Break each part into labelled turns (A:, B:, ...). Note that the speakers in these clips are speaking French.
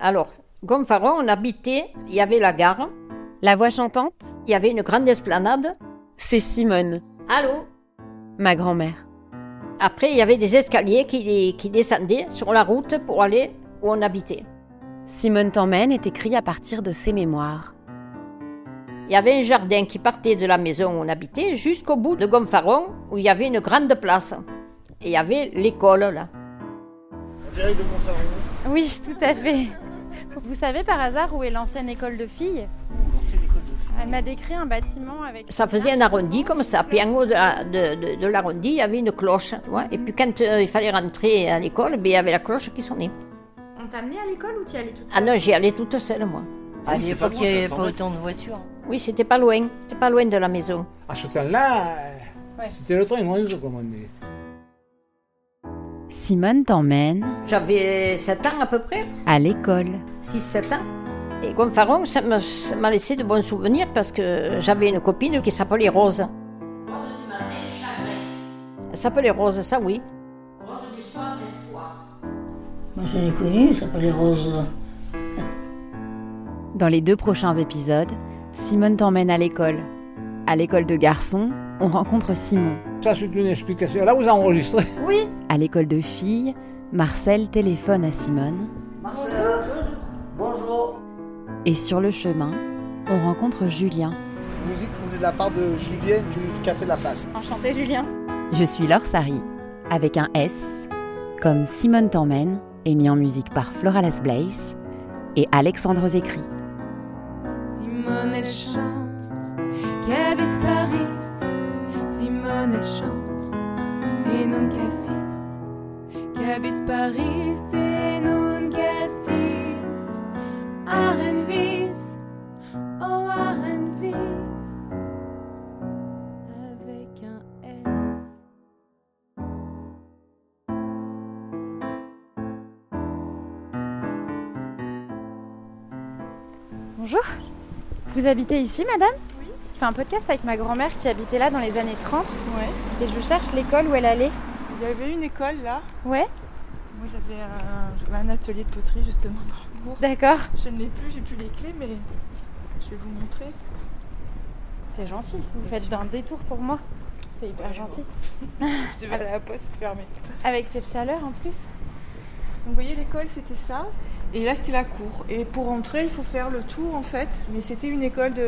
A: Alors, Gonfaron, on habitait, il y avait la gare,
B: La voix chantante,
A: il y avait une grande esplanade.
B: c'est Simone,
A: Allô
B: ma grand-mère.
A: Après, il y avait des escaliers qui, qui descendaient sur la route pour aller où on habitait.
B: Simone t'emmène est écrit à partir de ses mémoires.
A: Il y avait un jardin qui partait de la maison où on habitait jusqu'au bout de Gonfaron où il y avait une grande place. Et il y avait l'école là.
C: Oui, tout à fait. Vous savez par hasard où est l'ancienne école de filles Elle m'a décrit un bâtiment avec.
A: Ça faisait un arrondi comme ça, puis en haut de, la- de- de- de l'arrondi, il y avait une cloche. tu vois. Et puis quand euh, il fallait rentrer à l'école, ben, il y avait la cloche qui sonnait.
D: On t'a amené à l'école ou t'y allais toute
A: Ah
D: seule
A: non, j'y allais toute seule moi.
E: À l'époque, il n'y avait pas autant de voitures.
A: Oui, c'était pas loin, c'était pas loin de la maison.
F: À ce temps-là, euh,
C: Ouais.
F: c'était le train, on comme on dit.
B: Simone t'emmène
A: J'avais 7 ans à peu près,
B: à l'école.
A: 6-7 ans. Et Gonfaron, ça me- ça m'a laissé de bons souvenirs parce que j'avais une copine qui s'appelait Rose. Elle s'appelait Rose, ça oui.
E: Moi, je l'ai connu, il s'appelait Rose.
B: Dans les deux prochains épisodes, Simone t'emmène à l'école. À l'école de garçons, on rencontre Simon.
F: Ça, c'est une explication. Là, vous enregistrez.
A: Oui,
B: À l'école de filles, Marcel téléphone à Simone.
E: Marcel, bonjour.
B: Et sur le chemin, on rencontre Julien.
G: Vous dites qu'on est de la part de Julien du du Café de la Place.
C: Enchanté Julien.
B: Je suis Laure Sari, avec un S, comme Simone t'emmène, et mis en musique par Floralas Blaise et Alexandre Zécry.
H: Simone, elle chante, qu'elle disparaisse. Simone, elle chante, et non cassis. Qu'elle disparaisse, et non cassis. Arenvis, oh Arenvis. Avec un S.
C: Bonjour. Vous habitez ici, madame Je fais un podcast avec ma grand-mère qui habitait là dans les années 30
I: Ouais.
C: et je cherche l'école où elle allait.
I: Il y avait une école là.
C: Ouais.
I: Moi j'avais un, j'avais un atelier de poterie justement dans le cours.
C: D'accord.
I: Je ne l'ai plus, j'ai plus les clés, mais je vais vous montrer.
C: C'est gentil. Vous faites un détour pour moi. C'est hyper gentil.
I: Je devais aller à la poste fermée.
C: Avec cette chaleur en plus.
I: Donc vous voyez l'école c'était ça. Et là c'était la cour. Et pour rentrer il faut faire le tour en fait. Mais c'était une école de,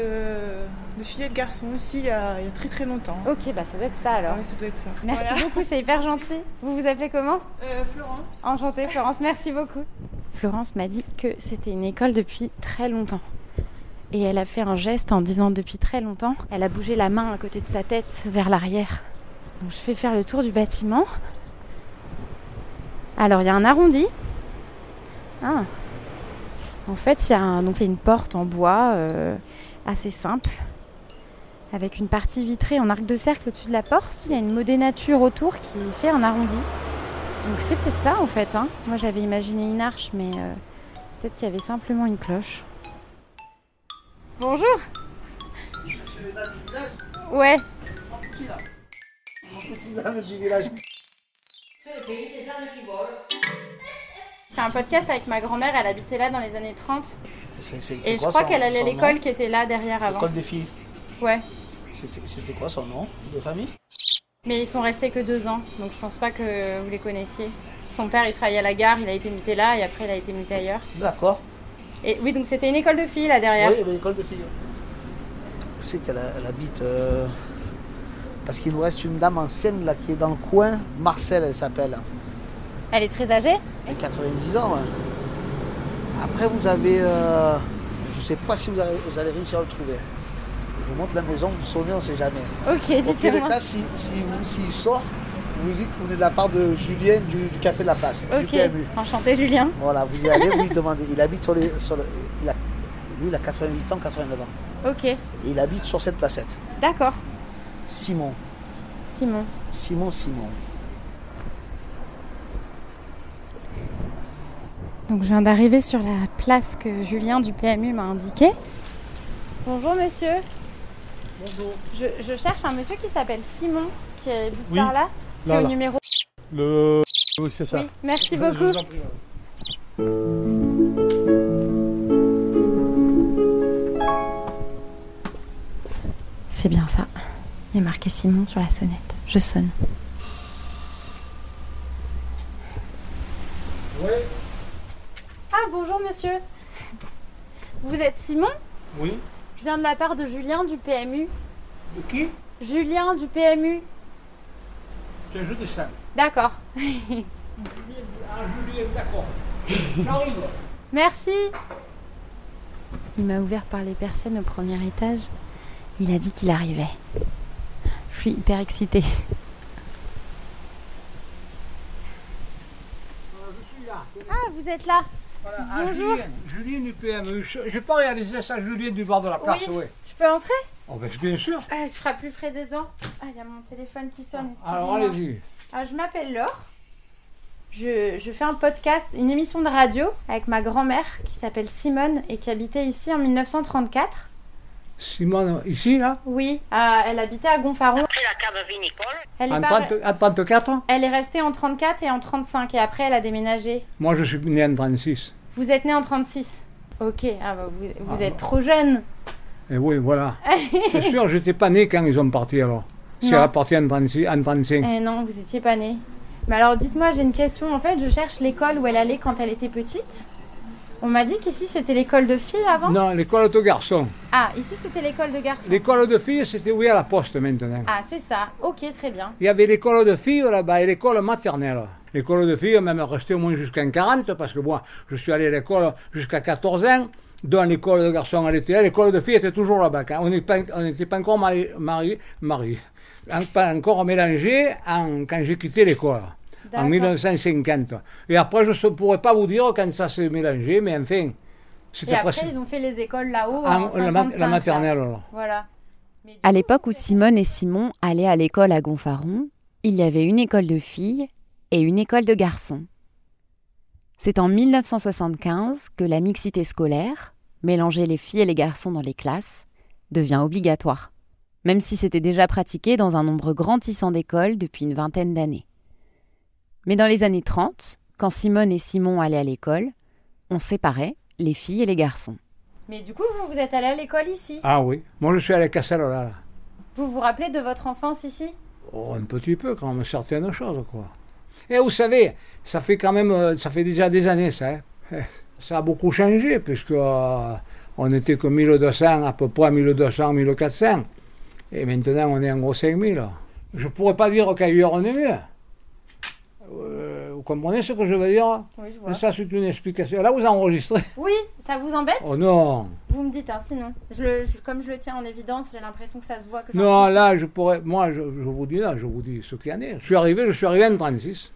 I: de filles et de garçons aussi il y a, il y a très très longtemps.
C: Ok, bah ça doit être ça alors.
I: Ouais, ça doit être ça.
C: Merci beaucoup, c'est hyper gentil. Vous vous appelez comment
I: Euh, Florence.
C: Enchantée Florence, merci beaucoup. Florence m'a dit que c'était une école depuis très longtemps. Et elle a fait un geste en disant depuis très longtemps. Elle a bougé la main à côté de sa tête vers l'arrière. Donc je fais faire le tour du bâtiment. Alors il y a un arrondi. Ah. En fait, il y a un- donc c'est une porte en bois euh, assez simple avec une partie vitrée en arc de cercle au-dessus de la porte. Il y a une modénature autour qui fait un arrondi. Donc c'est peut-être ça en fait. hein. Moi j'avais imaginé une arche, mais euh, peut-être qu'il y avait simplement une cloche. Bonjour. Ouais.
G: Petits âmes du village.
C: C'est un podcast avec ma grand-mère. Elle habitait là dans les années 30
G: C'est- c'est-
C: et
G: c'est
C: je
G: quoi
C: crois
G: son-
C: qu'elle allait à
G: son
C: l'école
G: nom
C: qui était là derrière avant.
G: L'école des filles.
C: Ouais.
G: C'était c'était quoi son nom de famille
C: Mais ils sont restés que deux ans, donc je pense pas que vous les connaissiez. Son père il travaillait à la gare, il a été muté là et après il a été muté ailleurs.
G: D'accord.
C: Et oui donc c'était une école de filles là derrière.
G: Oui, l'école des filles. Vous savez qu'elle elle habite. euh, Parce qu'il nous reste une dame ancienne là qui est dans le coin. Marcel, elle s'appelle.
C: Elle est très âgée.
G: Elle a 90 ans. ouais. Après, vous avez. euh, Je sais pas si vous allez, vous allez réussir à le trouver. Je vous montre la maison, vous sonnez, on sait jamais.
C: Ok
G: Au pire des
C: dites-moi.
G: cas, s'il si, vous- s'il sort, vous dites que vous venez de la part de Julien du, du Café de la Place, du
C: Ok.
G: PMU.
C: Enchanté Julien.
G: Voilà, vous y allez, vous lui demandez. Il habite sur, les, sur le. il a- lui, il a 88 ans, 89 ans.
C: Ok.
G: Et il habite sur cette placette.
C: D'accord.
G: Simon.
C: Simon.
G: Simon, Simon.
C: Donc je viens d'arriver sur la place que Julien du PMU m'a indiquée. Bonjour monsieur.
G: Bonjour.
C: Je, je cherche un monsieur qui s'appelle Simon, qui est
F: Oui,
C: par là. C'est
F: là,
C: au
F: là.
C: numéro.
F: Le. Oui, c'est ça.
C: Oui, merci beaucoup.
J: C'est bien ça. Il y a marqué Simon sur la sonnette. Je sonne.
K: Ouais.
C: Ah, bonjour monsieur. Vous êtes Simon
K: Oui.
C: Je viens de la part de Julien du PMU.
K: De qui
C: Julien du PMU.
K: C'est un jeu de salle.
C: D'accord.
K: Ah, Julien, d'accord. J'arrive.
J: Merci. Il m'a ouvert par les persiennes au premier étage. Il a dit qu'il arrivait. Je suis hyper excitée.
K: Euh, Je suis là.
C: Ah, vous êtes là.
K: Voilà.
F: ah,
C: Bonjour.
K: Julien, Julien du
F: E.
K: PMU. Je, je peux réaliser ça, Julien du bord de la place, oui.
C: Je peux entrer
K: Oh, ben, bien sûr.
C: Ah, je ferai plus frais dedans. Ah, il y a mon téléphone qui sonne.
K: Ah,
C: excusez-moi.
K: Alors, allez-y.
C: Ah, je m'appelle Laure. Je, je fais un podcast, une émission de radio avec ma grand-mère qui s'appelle Simone et qui habitait ici en 1934.
F: Simone, ici, là
C: Oui, à- elle habitait à Gonfaron. Elle est,
F: en
C: pas-
F: 30 à 34
C: elle est restée en 34 et en 35 et après elle a déménagé.
F: Moi, je suis né en 36.
C: Vous êtes né en 36 Ok, ah bah, vous, vous
F: Ah
C: êtes
F: bah.
C: trop jeune.
F: Et Eh oui, voilà. C'est sûr, j'étais pas né quand ils sont partis, alors. C'est
C: Non.
F: parti en 36, en 35.
C: Eh non, vous étiez pas né. Mais alors dites-moi, j'ai une question. En fait, je cherche l'école où elle allait quand elle était petite. On m'a dit qu'ici c'était l'école de filles avant.
F: Non, l'école de garçons.
C: Ah, ici c'était l'école de garçons.
F: L'école de filles, c'était oui à la poste maintenant.
C: Ah, c'est ça. Ok, très bien.
F: Il y avait l'école de filles là-bas et l'école maternelle. L'école de filles, même resté au moins jusqu'en 40, parce que moi, je suis allé à l'école jusqu'à 14 ans. Dans l'école de garçons, elle était là. L'école de filles était toujours là-bas. Quand on n'est pas- on n'était pas, encore mariés. mariés- mariés. En- pas encore mélangés en- quand j'ai quitté l'école. En
C: D'accord.
F: 1950. Et après, je ne pourrais pas vous dire quand ça s'est mélangé, mais enfin,
C: Et
F: c'était
C: après,
F: presque.
C: ils ont fait les écoles là-haut.
F: Ah,
C: en
F: la ma- la
C: 55, là.
F: maternelle, alors.
C: Voilà.
B: À l'époque où Simone et Simon allaient à l'école à Gonfaron, il y avait une école de filles et une école de garçons. C'est en 1975 que la mixité scolaire, mélanger les filles et les garçons dans les classes, devient obligatoire, même si c'était déjà pratiqué dans un nombre grandissant d'écoles depuis une vingtaine d'années. Mais dans les années 30, quand Simone et Simon allaient à l'école, on séparait les filles et les garçons.
C: Mais du coup, vous, vous êtes allé à l'école ici.
F: Ah oui. Moi, je suis allé à Casserola, là.
C: Vous vous rappelez de votre enfance ici
F: Oh, un petit peu quand même, certaines choses, quoi. Et vous savez, ça fait quand même, euh, ça fait déjà des années, ça. hein. Ça a beaucoup changé, puisque euh, on n'était que 1200, à peu près 1200, 1400. Et maintenant, on est en gros 5000. Je pourrais pas dire qu'ailleurs, on est mieux. Euh, vous comprenez ce que je veux dire
C: Oui, je
F: Mais
C: vois.
F: Ça, c'est une explication. Là, vous enregistrez
C: Oui, ça vous embête
F: Oh non
C: Vous me dites, hein, sinon. Je, le- je- comme je le tiens en évidence, j'ai l'impression que ça se voit que
F: Non,
C: j'en-
F: là, je pourrais. Moi, je, je vous dis là, je vous dis ce qu'il y en est. Je suis arrivé, je suis arrivé en 36.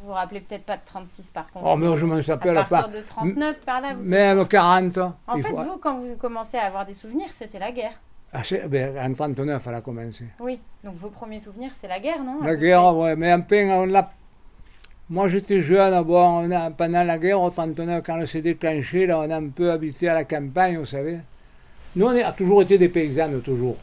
C: Vous vous rappelez peut-être pas de 36 par contre.
F: Oh, mais je m'en
C: À
F: s'appelle
C: partir
F: pas.
C: de 39 par là. vous-
F: Même 40.
C: En
F: il
C: fait,
F: faut-
C: vous, quand vous commencez à avoir des souvenirs, c'était la guerre.
F: Ah, c'est- ben, en 39, elle a commencé.
C: Oui. Donc vos premiers souvenirs, c'est la guerre, non
F: la guerre, ouais, mais en peine, on l'a. Moi, j'étais jeune, bon, on a- pendant la guerre, en 39, quand elle s'est déclenchée, là, on a un peu habité à la campagne, vous savez. Nous, on est- a toujours été des paysans, de toujours.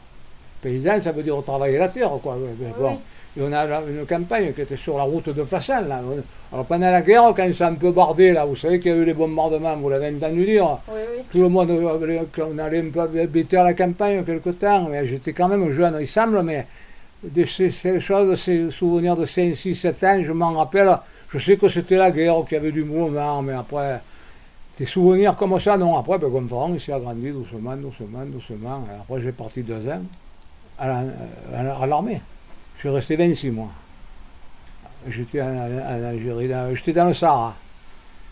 F: Paysans, ça veut dire travailler la terre, quoi. ouais, ben, bon. Et on a là, une campagne qui était sur la route de Fassan, là. On- Alors, pendant la guerre, quand ça a un peu bardé, là, vous savez qu'il y a eu les bombardements, vous l'avez entendu dire.
C: Oui, oui.
F: Tout le monde, euh, les- on allait un peu habiter à la campagne quelque temps, mais j'étais quand même jeune, il semble, mais de ces, ces choses, de ces souvenirs de 5, 6, 7 ans, je m'en rappelle. Je sais que c'était la guerre, qu'il y avait du mouvement, mais après, des souvenirs comme ça, non. Après, ben, comme Franck, il s'est agrandi doucement, doucement, doucement. Et Après, j'ai parti deux ans à la- euh, à la- à l'armée. Je suis resté 26 mois. J'étais en, en Algérie, dans- j'étais dans le Sahara.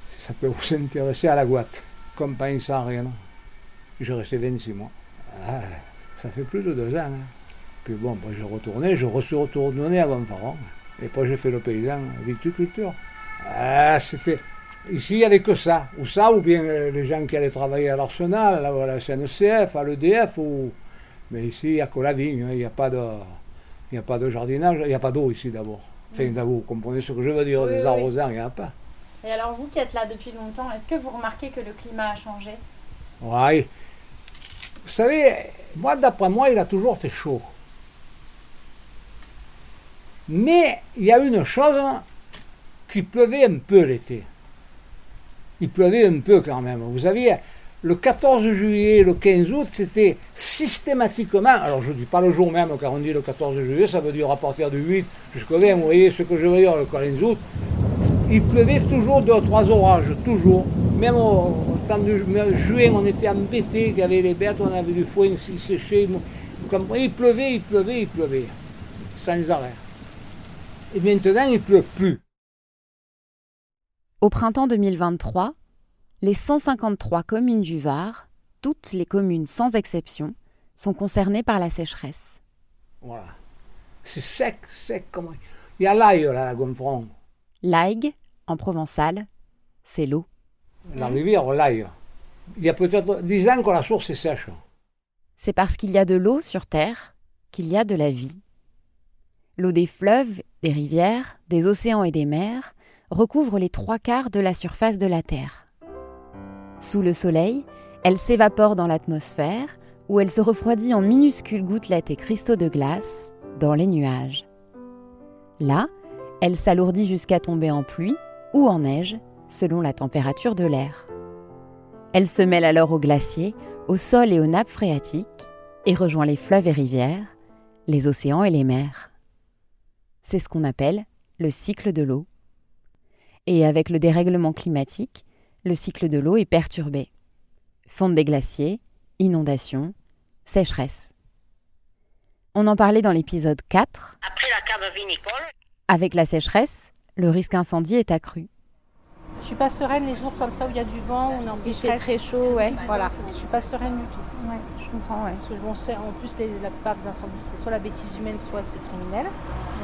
F: Si ça peut vous intéresser à la Guatte, compagnie saharienne. J'ai resté 26 mois. Ah, ça fait plus de deux ans. hein. Puis bon, moi j'ai retourné, je re- suis retourné à Gonfaron. Et puis j'ai fait le paysan, viticulture. Ah, c'était. Ici, il n'y avait que ça. Ou ça, ou bien euh, les gens qui allaient travailler à l'Arsenal, à la SNCF, à l'EDF. Ou... Mais ici, il n'y a que la vigne, hein, il n'y a pas de. Il n'y a pas de jardinage, il n'y a pas d'eau ici d'abord. Enfin,
C: Mm.
F: d'abord, vous comprenez ce que je veux dire,
C: Oui,
F: des
C: oui.
F: arrosants, il n'y en a pas.
C: Et alors vous qui êtes là depuis longtemps, est-ce que vous remarquez que le climat a changé
F: Ouais. Vous savez, moi, d'après moi, il a toujours fait chaud. Mais il y a une chose qui pleuvait un peu l'été. Il pleuvait un peu quand même. Vous aviez le 14 juillet, le 15 août, c'était systématiquement, alors je ne dis pas le jour même, car on dit le 14 juillet, ça veut dire à partir du 8 jusqu'au 20, vous voyez ce que je veux dire, le 15 août, il pleuvait toujours deux trois orages, toujours. Même au, au temps de ju- mais en juin, on était embêtés, qu'il y avait les bêtes, on avait du foin s- séché. Comme, il pleuvait, il pleuvait, il pleuvait, sans arrêt. Et maintenant, il ne pleut plus.
B: Au printemps 2023, les 153 communes du Var, toutes les communes sans exception, sont concernées par la sécheresse.
F: Voilà. C'est sec, sec. Comme... Il y a l'ail, là, la Gonfron,
B: L'aigue, en provençal, c'est l'eau.
F: la rivière, l'ail. Il y a peut-être 10 ans que la source est sèche.
B: C'est parce qu'il y a de l'eau sur Terre qu'il y a de la vie. L'eau des fleuves, des rivières, des océans et des mers recouvre les trois quarts de la surface de la Terre. Sous le Soleil, elle s'évapore dans l'atmosphère où elle se refroidit en minuscules gouttelettes et cristaux de glace dans les nuages. Là, elle s'alourdit jusqu'à tomber en pluie ou en neige selon la température de l'air. Elle se mêle alors aux glaciers, au sol et aux nappes phréatiques et rejoint les fleuves et rivières, les océans et les mers. C'est ce qu'on appelle le cycle de l'eau. Et avec le dérèglement climatique, le cycle de l'eau est perturbé. Fonte des glaciers, inondations, sécheresse. On en parlait dans l'épisode 4.
L: Après la cave vinicole,
B: Avec la sécheresse, le risque incendie est accru.
M: Je suis pas sereine les jours comme ça où il y a du vent, où on est en
N: Il fait
M: sécheresse.
N: très chaud, ouais.
M: Voilà, je suis pas sereine du tout.
N: je comprends,
M: Parce que bon, c'est- en plus, les- la plupart des incendies, c'est soit la bêtise humaine, soit c'est criminel.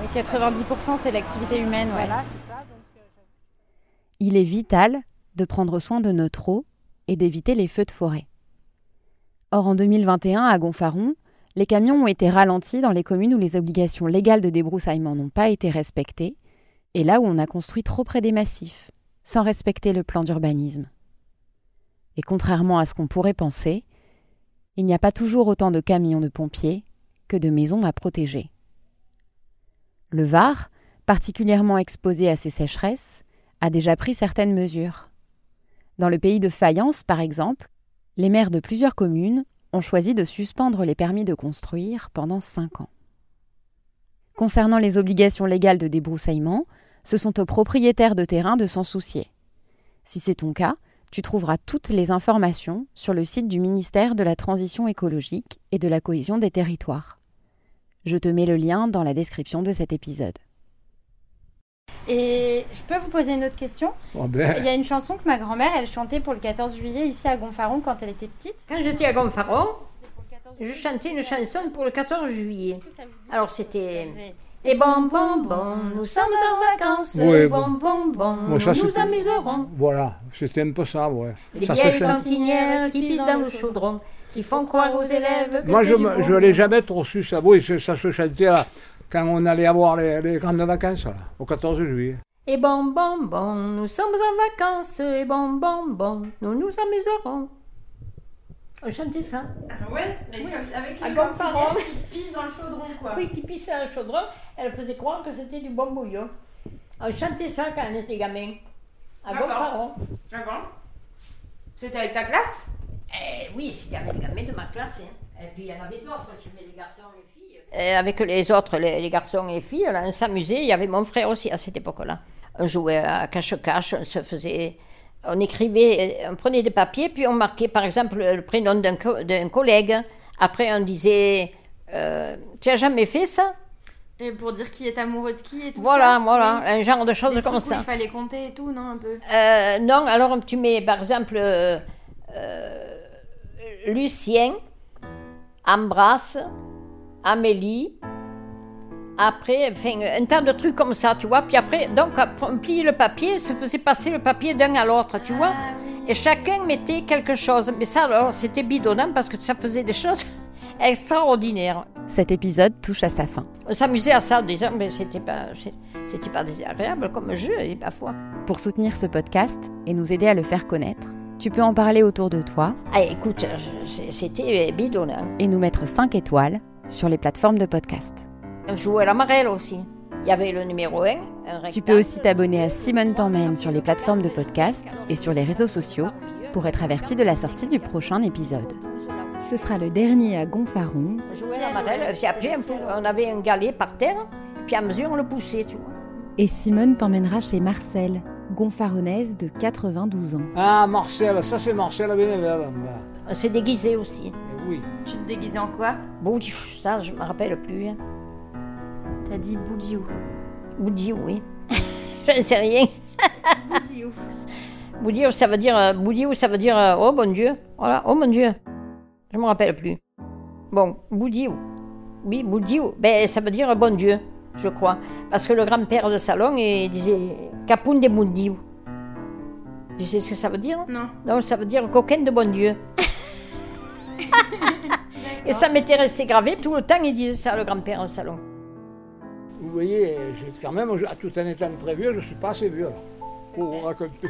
N: Oui, 90% c'est l'activité humaine, ouais.
M: Voilà, c'est ça. donc, euh,
B: Il est vital de prendre soin de notre eau et d'éviter les feux de forêt. Or, en 2021, à Gonfaron, les camions ont été ralentis dans les communes où les obligations légales de débroussaillement n'ont pas été respectées et là où on a construit trop près des massifs, sans respecter le plan d'urbanisme. Et contrairement à ce qu'on pourrait penser, il n'y a pas toujours autant de camions de pompiers que de maisons à protéger. Le Var, particulièrement exposé à ces sécheresses, a déjà pris certaines mesures. Dans le pays de Fayence, par exemple, les maires de plusieurs communes ont choisi de suspendre les permis de construire pendant cinq ans. Concernant les obligations légales de débroussaillement, ce sont aux propriétaires de terrain de s'en soucier. Si c'est ton cas, tu trouveras toutes les informations sur le site du ministère de la Transition écologique et de la cohésion des territoires. Je te mets le lien dans la description de cet épisode.
N: Et je peux vous poser une autre question
F: Bon,
N: Il
F: ben,
N: y a une chanson que ma grand-mère, elle chantait pour le 14 juillet ici à Gonfaron quand elle était petite.
A: Quand j'étais à Gonfaron, je chantais une chanson pour le 14 juillet. Alors c'était. Et bon, bon, bon, nous sommes en vacances.
F: Ouais,
A: bon, bon, bon,
F: Bon, ça,
A: nous nous
F: c'était-
A: amuserons.
F: voilà, c'était un peu ça, ouais.
A: Les
F: ça
A: vieilles
F: chante.
A: cantinières qui pissent dans le chaudron, qui font croire aux élèves que
F: Moi,
A: c'est
F: je
A: du
F: me-
A: bon
F: je l'ai jamais trop su, ça. Oui, ça ça se chantait là, quand on allait avoir les, les grandes vacances, là, au 14 juillet.
A: Et bon, bon, bon, nous sommes en vacances. Et bon, bon, bon, nous nous amuserons. On chantait Oh, ça.
D: Ah Ouais, mais comme- avec
A: À
D: les
A: Gonfaron.
D: cantinières qui pissent dans le chaudron, quoi.
A: Oui, qui pissait dans le chaudron, elle faisait croire que c'était du bon bouillon. On chantait ça quand on était gamin. À
D: D'accord.
A: Gonfaron.
D: D'accord. C'était avec ta classe
A: Eh oui, c'était avec les gamins de ma classe. hein. Et puis il y en avait d'autres, il y avait les garçons et les filles. Euh, avec les autres, les, les garçons et les filles, là, on s'amusait. Il y avait mon frère aussi à cette époque-là. On jouait à cache-cache, on se faisait. On écrivait, euh, on prenait des papiers, puis on marquait par exemple le prénom d'un co- d'un collègue. Après, on disait euh, Tu as jamais fait ça
D: Et pour dire qui est amoureux de qui et tout
A: Voilà,
D: ça.
A: voilà,
D: Oui.
A: un genre de
D: Des
A: choses comme
D: trucs où
A: ça.
D: Il fallait compter et tout, non, un peu
A: Euh, non, alors tu mets par exemple euh, euh, Lucien, Embrasse, Amélie, après, enfin, un tas de trucs comme ça, tu vois. Puis après, donc, on pliait le papier, se faisait passer le papier d'un à l'autre, tu vois.
H: Ah
A: Et chacun mettait quelque chose. Mais ça, alors, c'était bidonnant parce que ça faisait des choses extraordinaires.
B: Cet épisode touche à sa fin.
A: On s'amusait à ça en disant, mais c'était pas, c'est- c'était pas désagréable comme jeu, et parfois.
B: Pour soutenir ce podcast et nous aider à le faire connaître, tu peux en parler autour de toi
A: Ah, écoute, c'est- c'était bidonnant.
B: et nous mettre 5 étoiles sur les plateformes de podcast.
A: On jouait à la marelle aussi. Il y avait le numéro 1, un
B: Tu peux aussi t'abonner à Simone T'emmène sur les plateformes de podcast et sur les réseaux sociaux pour être averti de la sortie du prochain épisode. Ce sera le dernier euh, à Gonfaron.
A: Jouer la marelle, puis après, un peu- on avait un galet par terre, puis à mesure, on le poussait, tu vois.
B: Et Simone t'emmènera chez Marcel, gonfaronnaise de 92 ans.
F: Ah, Marcel, ça c'est Marcel Bénévelle.
A: On s'est déguisé aussi.
F: Eh oui.
D: Tu te déguisais en quoi
A: Bon, pff, ça, je me rappelle plus. hein.
D: T'as dit Boudiou.
A: Boudiou, oui. je ne sais rien.
D: Boudiou.
A: Boudiou, ça veut dire. euh, Boudiou, ça veut dire. euh, Oh bon Dieu. Voilà, oh mon Dieu. Je ne me rappelle plus. Bon, Boudiou. Oui, Boudiou. Ben, ça veut dire bon Dieu, je crois. Parce que le grand-père de Salon, il disait Capoun de Boudiou. Tu sais ce que ça veut dire
D: Non.
A: Non, ça veut dire coquin de bon Dieu. Et ça m'était resté gravé. Tout le temps, il disait ça, le grand-père de Salon.
F: Vous voyez, j'ai quand même, à tout en étant très vieux, je ne suis pas assez vieux. là, Pour vous raconter.